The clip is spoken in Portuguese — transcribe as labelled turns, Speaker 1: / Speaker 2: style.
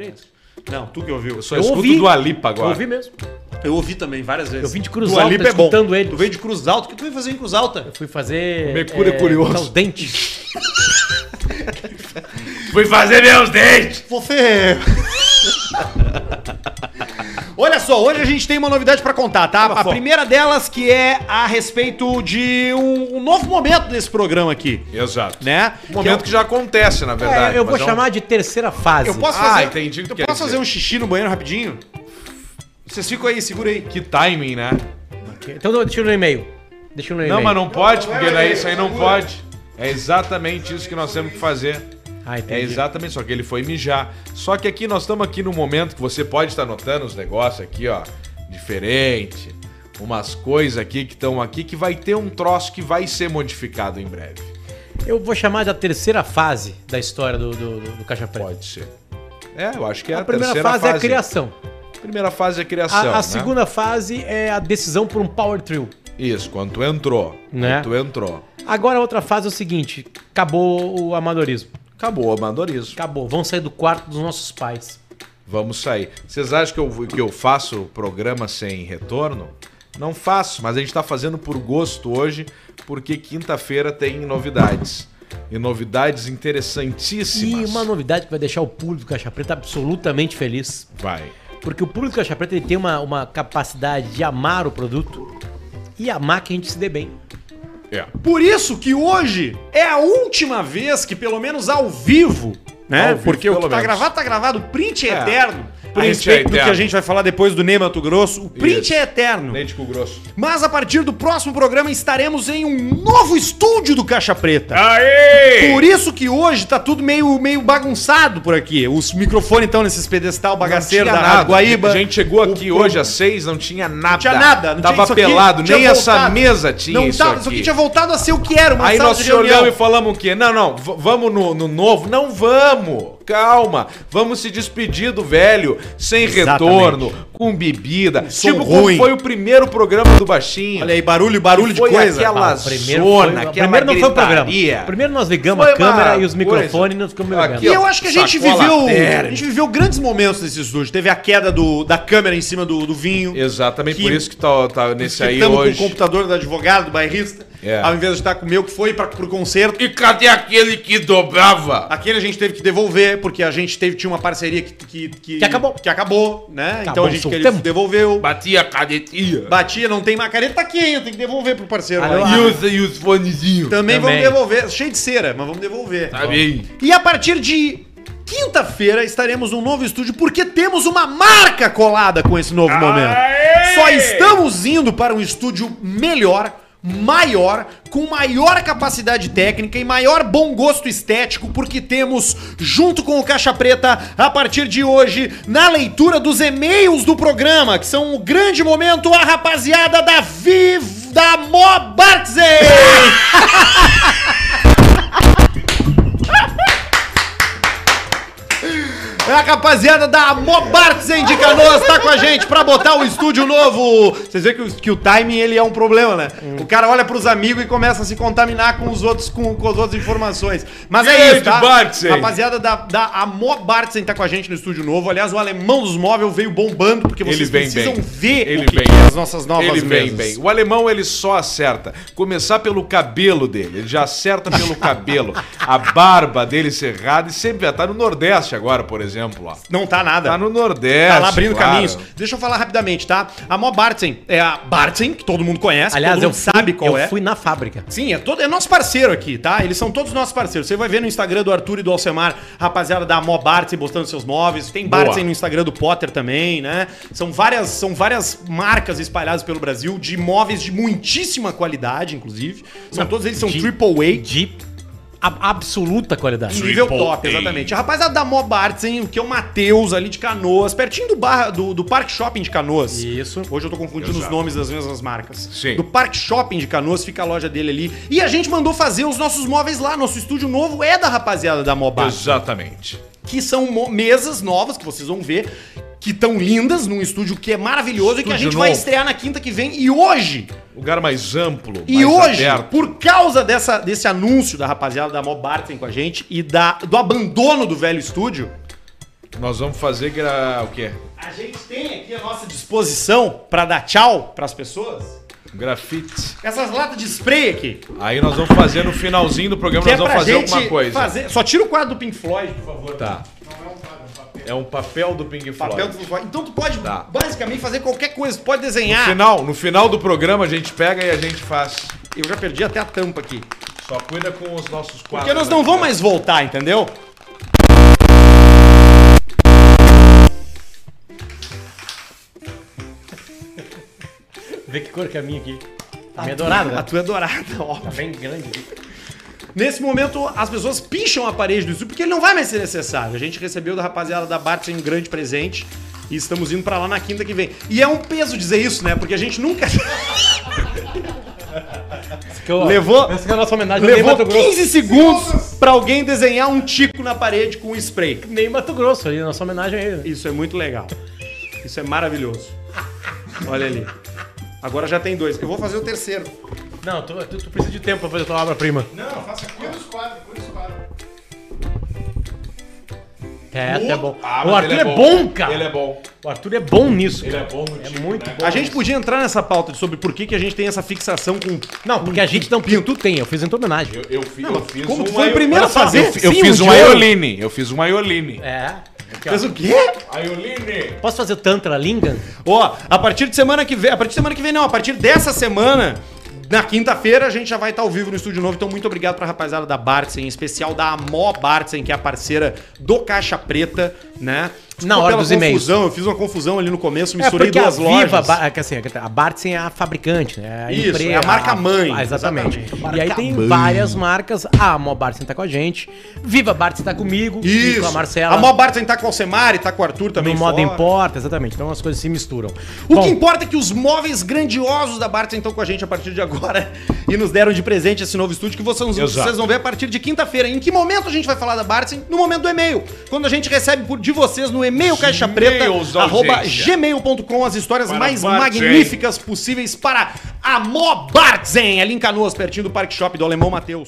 Speaker 1: Direito. Não, tu que ouviu.
Speaker 2: Eu só
Speaker 1: eu
Speaker 2: é escuto
Speaker 1: ouvi.
Speaker 2: do Alipa agora.
Speaker 1: Eu ouvi mesmo. Eu ouvi também várias vezes.
Speaker 3: Eu vim de Cruz
Speaker 1: Do
Speaker 3: Alta,
Speaker 1: Alipa é bom.
Speaker 3: escutando ele.
Speaker 1: Tu veio de Cruz Alta. O que tu veio fazer em Cruz Alta?
Speaker 3: Eu fui fazer.
Speaker 2: Mercúrio é Curioso.
Speaker 3: botar Os dentes.
Speaker 2: Fui fazer meus dentes!
Speaker 1: Você...
Speaker 4: Olha só, hoje a gente tem uma novidade pra contar, tá? A
Speaker 1: só.
Speaker 4: primeira delas que é a respeito de um, um novo momento desse programa aqui,
Speaker 2: Exato.
Speaker 4: né?
Speaker 2: Um momento que já acontece, na verdade.
Speaker 3: É, eu vou
Speaker 2: mas é um-
Speaker 3: chamar de terceira fase.
Speaker 4: Eu posso
Speaker 2: Ah,
Speaker 4: fazer.
Speaker 2: entendi o que tu
Speaker 4: eu
Speaker 2: quer
Speaker 4: posso
Speaker 2: dizer.
Speaker 4: fazer um xixi no banheiro rapidinho? Vocês ficam aí, segura aí.
Speaker 2: Que timing, né?
Speaker 3: Então não, deixa eu no e-mail. Deixa eu no e-mail.
Speaker 2: Não, mas não pode, porque daí isso aí não pode. É exatamente isso que nós temos que fazer.
Speaker 3: Ah, entendi.
Speaker 2: É exatamente, só que ele foi mijar. Só que aqui nós estamos aqui no momento que você pode estar notando os negócios aqui, ó, diferente. Umas coisas aqui que estão aqui que vai ter um troço que vai ser modificado em breve.
Speaker 3: Eu vou chamar da terceira fase da história do, do, do- do Caixa Preta.
Speaker 2: Pode ser. É, eu acho que é a,
Speaker 3: A primeira
Speaker 2: terceira
Speaker 3: fase, é a criação.
Speaker 2: Primeira fase é a
Speaker 3: A,
Speaker 2: criação.
Speaker 3: a
Speaker 2: né?
Speaker 3: segunda fase é a decisão por um power trio.
Speaker 2: Isso, quando tu entrou. Quando
Speaker 3: Né?
Speaker 2: tu entrou.
Speaker 3: Agora a outra fase é o seguinte: acabou o amadorismo.
Speaker 2: Acabou o amadorismo.
Speaker 3: Acabou. Vão sair do quarto dos nossos pais.
Speaker 2: Vamos sair. Vocês acham que eu, que eu faço programa sem retorno? Não faço, mas a gente tá fazendo por gosto hoje, porque quinta-feira tem novidades. E novidades interessantíssimas.
Speaker 3: E uma novidade que vai deixar o público do Caixa Preta absolutamente feliz.
Speaker 2: Vai.
Speaker 3: Porque o público do Caixa Preta ele tem uma, uma capacidade de amar o produto e amar que a gente se dê bem.
Speaker 2: É.
Speaker 4: Por isso que hoje é a última vez que, pelo menos ao vivo, né?
Speaker 2: Ao vivo,
Speaker 4: Porque o que
Speaker 2: pelo
Speaker 4: tá
Speaker 2: menos.
Speaker 4: gravado, tá gravado. O print é,
Speaker 2: É.
Speaker 4: eterno. a
Speaker 2: Print é
Speaker 4: respeito do que a
Speaker 2: eterno.
Speaker 4: gente vai falar depois do Ney Mato Grosso. O print
Speaker 2: Isso.
Speaker 4: é eterno.
Speaker 2: Leite com grosso.
Speaker 4: Mas a partir do próximo programa estaremos em um novo estúdio do Caixa Preta.
Speaker 3: Tá.
Speaker 2: Aê!
Speaker 4: Por isso que hoje tá tudo meio, meio bagunçado por aqui. Os microfones estão nesses pedestal bagaceiro da
Speaker 2: nada.
Speaker 4: Guaíba.
Speaker 2: A gente chegou aqui
Speaker 4: O-
Speaker 2: hoje às seis, não tinha nada.
Speaker 4: não tinha nada. Não tinha
Speaker 2: Tava
Speaker 4: isso aqui,
Speaker 2: pelado,
Speaker 4: tinha
Speaker 2: nem essa
Speaker 4: voltado.
Speaker 2: mesa tinha
Speaker 4: não
Speaker 2: isso
Speaker 4: tava,
Speaker 2: aqui.
Speaker 4: Isso aqui tinha voltado a ser o que era, uma
Speaker 2: Aí
Speaker 4: sala
Speaker 2: nós
Speaker 4: de
Speaker 2: se olhamos e
Speaker 4: reunião.
Speaker 2: falamos o quê? Não, não, v- vamos no, no novo? Não vamos, calma. Vamos se despedir do velho, sem
Speaker 4: Exatamente. Um
Speaker 2: retorno, com bebida.
Speaker 4: som
Speaker 2: tipo como
Speaker 4: ruim.
Speaker 2: foi o primeiro programa do Baixinho.
Speaker 4: Olha aí, barulho, barulho de
Speaker 2: Foi
Speaker 4: coisa.
Speaker 2: aquela
Speaker 3: Ah, o primeiro
Speaker 2: zona,
Speaker 3: foi- o
Speaker 2: aquela
Speaker 3: primeiro não foi o programa.
Speaker 2: gritaria.
Speaker 3: Primeiro nós ligamos
Speaker 2: Foi
Speaker 3: a câmera
Speaker 2: uma
Speaker 3: e os
Speaker 2: coisa.
Speaker 3: microfones e nós ficamos ligando.
Speaker 2: Aqui,
Speaker 4: E eu acho que a gente
Speaker 2: Sacola
Speaker 4: viveu.
Speaker 2: térmica.
Speaker 4: A gente viveu grandes momentos nesse estúdio. Teve a queda do, da câmera em cima do, do vinho.
Speaker 2: Exatamente,
Speaker 4: Que-
Speaker 2: por isso que tá, tá nesse aí
Speaker 4: Estamos com o
Speaker 2: hoje.
Speaker 4: computador do advogado, do bairrista,
Speaker 2: É.
Speaker 4: ao invés de estar com o meu que foi para pro concerto.
Speaker 2: E cadê aquele que dobrava?
Speaker 4: Aquele a gente teve que devolver, porque a gente teve, tinha uma parceria que, que,
Speaker 3: Que acabou.
Speaker 4: Que acabou, né? então
Speaker 3: Acabou
Speaker 4: a gente
Speaker 3: o seu
Speaker 4: que
Speaker 3: tempo.
Speaker 4: devolveu.
Speaker 2: Batia a cadetinha.
Speaker 4: Batia, não tem macareta, tá aqui ainda, tem que devolver pro parceiro.
Speaker 3: Ah,
Speaker 4: lá.
Speaker 3: não,
Speaker 2: E os, e os fonezinhos.
Speaker 4: Também, vamos
Speaker 3: também.
Speaker 4: devolver, cheio de cera, mas vamos devolver.
Speaker 2: Tá bem.
Speaker 4: E a partir de quinta-feira estaremos num novo estúdio, porque temos uma marca colada com esse novo momento. Só estamos indo para um estúdio melhor, maior, com maior capacidade técnica e maior bom gosto estético, porque temos, junto com o Caixa Preta, a partir de hoje, na leitura dos e-mails do programa, que são um grande momento, a rapaziada da Viv da Mobartzei! É A rapaziada da Mobartzen de Canoas tá com a gente pra botar o estúdio novo. Vocês veem que, o- que o timing ele é um problema, né?
Speaker 2: Hum.
Speaker 4: O cara olha pros amigos e começa a se contaminar com os outros com, com as outras informações. Mas é
Speaker 2: Grande
Speaker 4: isso, tá?
Speaker 2: Bartzen.
Speaker 4: Rapaziada da, da a Mobartzen tá com a gente no estúdio novo. Aliás, o alemão dos móveis veio bombando porque vocês
Speaker 2: Ele vem
Speaker 4: precisam
Speaker 2: bem.
Speaker 4: ver
Speaker 2: Ele
Speaker 4: o que
Speaker 2: vem.
Speaker 4: que é as nossas novas
Speaker 2: ele vem
Speaker 4: mesas.
Speaker 2: bem. O alemão ele só acerta. Começar pelo cabelo dele. Ele já acerta pelo cabelo. A barba dele cerrada e sempre vai tá no Nordeste agora, por exemplo. Ó.
Speaker 4: Não tá nada.
Speaker 2: Tá no Nordeste.
Speaker 4: Tá lá abrindo
Speaker 2: claro.
Speaker 4: caminhos. Deixa eu falar rapidamente, tá? A Mo Bartzen é a Bartzen, que todo mundo conhece,
Speaker 3: Aliás,
Speaker 4: todo
Speaker 3: eu
Speaker 4: mundo
Speaker 3: fui,
Speaker 4: sabe qual
Speaker 3: eu
Speaker 4: é.
Speaker 3: fui na fábrica.
Speaker 4: Sim, é, todo, é nosso parceiro aqui, tá? Eles são todos nossos parceiros. Você vai ver no Instagram do Arthur e do Alcemar, rapaziada da Mó Bartzen postando seus móveis. Tem
Speaker 2: Boa.
Speaker 4: Bartzen no Instagram do Potter também, né? São várias, são várias marcas espalhadas pelo Brasil de móveis de muitíssima qualidade, inclusive. São todos eles são
Speaker 3: de-
Speaker 4: triple A.
Speaker 3: De a- absoluta qualidade.
Speaker 4: Em Nível top, exatamente. A rapaziada da Mob Arts, hein, que é o Matheus ali de Canoas, pertinho do, bar, do, do Parque Shopping de Canoas.
Speaker 3: Isso.
Speaker 4: Hoje eu tô confundindo os
Speaker 2: Exato.
Speaker 4: nomes das mesmas marcas.
Speaker 2: Sim.
Speaker 4: Do Parque Shopping de Canoas fica a loja dele ali. E a gente mandou fazer os nossos móveis lá. Nosso estúdio novo é da rapaziada da Mob Arts,
Speaker 2: Exatamente.
Speaker 4: que são mo- mesas novas que vocês vão ver. Que tão lindas num estúdio que é maravilhoso e que a
Speaker 2: Estúdio
Speaker 4: gente vai
Speaker 2: novo.
Speaker 4: estrear na quinta que vem. E hoje,
Speaker 2: Lugar mais amplo.
Speaker 4: e
Speaker 2: mais
Speaker 4: hoje,
Speaker 2: aberto.
Speaker 4: por causa dessa, desse anúncio da rapaziada da Mob Barton com a gente e da, do abandono do velho estúdio,
Speaker 2: Nós vamos fazer gra... o quê?
Speaker 4: A gente tem aqui a nossa disposição pra dar tchau pras pessoas.
Speaker 2: Grafite.
Speaker 4: Essas latas de spray aqui.
Speaker 2: Aí nós vamos fazer no finalzinho do programa,
Speaker 4: Que é
Speaker 2: nós vamos
Speaker 4: pra
Speaker 2: fazer
Speaker 4: gente
Speaker 2: alguma coisa.
Speaker 4: fazer- Só tira o quadro do Pink Floyd, por favor.
Speaker 2: Tá. É um papel do Pink Floyd.
Speaker 4: Papel do Pink Floyd. Então tu pode
Speaker 2: Tá.
Speaker 4: basicamente fazer qualquer coisa. Tu pode
Speaker 2: No
Speaker 4: desenhar.
Speaker 2: final, no final do programa a gente pega e a gente faz.
Speaker 4: Eu já perdi até a tampa aqui.
Speaker 2: Só cuida com os nossos quadros.
Speaker 4: Porque nós não
Speaker 2: né?
Speaker 4: vamos mais voltar, entendeu?
Speaker 3: Vê que cor que é a minha aqui. A minha é dourada.
Speaker 4: A tua é dourada, ó.
Speaker 3: Tá bem grande.
Speaker 4: Nesse momento, as pessoas pincham a parede do estúdio porque ele não vai mais ser necessário. A gente recebeu da rapaziada da Bartzen um grande presente e estamos indo pra lá na quinta que vem. E é um peso dizer isso, né? Porque a gente nunca Levou-
Speaker 3: Essa é a nossa homenagem. ao
Speaker 4: levou
Speaker 3: Ney Mato Grosso.
Speaker 4: 15 segundos pra alguém desenhar um tico na parede com um spray.
Speaker 3: Nem Mato Grosso ali, nossa homenagem a ele.
Speaker 4: Isso é muito legal. Isso é maravilhoso. Olha ali. Agora já tem dois. Eu vou fazer o terceiro.
Speaker 3: Não, tu, tu- tu precisa de tempo pra fazer tua obra-prima.
Speaker 5: Não, faça quantos quadros, quantos quadros.
Speaker 3: É, até bom.
Speaker 2: Ah,
Speaker 3: o
Speaker 2: mas
Speaker 3: Arthur
Speaker 2: ele
Speaker 3: é bom, cara.
Speaker 2: Ele é bom.
Speaker 3: O Arthur é bom nisso,
Speaker 2: Ele é
Speaker 3: cara.
Speaker 2: bom no time,
Speaker 3: muito
Speaker 2: né?
Speaker 3: bom.
Speaker 4: A gente podia entrar nessa pauta de sobre por que, que a gente tem essa fixação com.
Speaker 3: Não, porque a gente não pinta. Tu tem, eu fiz em tua homenagem.
Speaker 2: Eu, eu fi- eu fiz
Speaker 4: Como tu
Speaker 2: um
Speaker 4: foi o
Speaker 2: aio-
Speaker 4: primeiro a
Speaker 2: Olha só,
Speaker 4: fazer?
Speaker 2: Eu, fi- eu
Speaker 4: Sim,
Speaker 2: fiz
Speaker 4: um
Speaker 2: um
Speaker 4: de ouro.
Speaker 2: Aioline. Eu fiz um Aioline.
Speaker 3: É. Aqui, ó.
Speaker 4: Fez o quê?
Speaker 2: Aioline!
Speaker 3: Posso fazer o Tantra Lingam?
Speaker 4: Ó, a partir de semana que vem. A partir de semana que vem, não, a partir dessa semana. Na quinta-feira a gente já vai estar ao vivo no estúdio novo, então muito obrigado pra rapaziada da Bartzen, em especial da Amó Bartzen, que é a parceira do Caixa Preta, né?
Speaker 3: Na hora
Speaker 4: pela
Speaker 3: dos e-mails.
Speaker 4: confusão, eu fiz uma confusão ali no começo, misturei duas
Speaker 3: É, a Viva,
Speaker 4: lojas.
Speaker 3: ba- é que assim, a Bartzen é a fabricante, né? A
Speaker 4: Isso, é a marca mãe.
Speaker 3: a- exatamente.
Speaker 4: Exatamente.
Speaker 3: E aí tem várias marcas. A Mo Bartzen tá com a gente. Viva Bartzen tá comigo. e
Speaker 4: Isso.
Speaker 3: Com a Marcela.
Speaker 4: A Mó Bartzen tá com o Alcemar e tá com o Arthur também
Speaker 3: no modo
Speaker 4: fora.
Speaker 3: importa, exatamente. Então as coisas se misturam.
Speaker 4: O
Speaker 3: Bom,
Speaker 4: que importa é que os móveis grandiosos da Bartzen estão com a gente a partir de agora e nos deram de presente esse novo estúdio que vocês,
Speaker 2: Exato.
Speaker 4: vocês vão ver a partir de quinta-feira. Em que momento a gente vai falar da Bartzen? No momento do e-mail. Quando a gente recebe por, de vocês no e-mail caixa preta,
Speaker 2: E-mails,
Speaker 4: arroba
Speaker 2: audiência.
Speaker 4: gmail.com, as histórias
Speaker 2: Para
Speaker 4: mais
Speaker 2: Bartzen.
Speaker 4: magníficas possíveis para a Mó Bartzen, ali em Canoas, pertinho do Parque Shop do Alemão Matheus.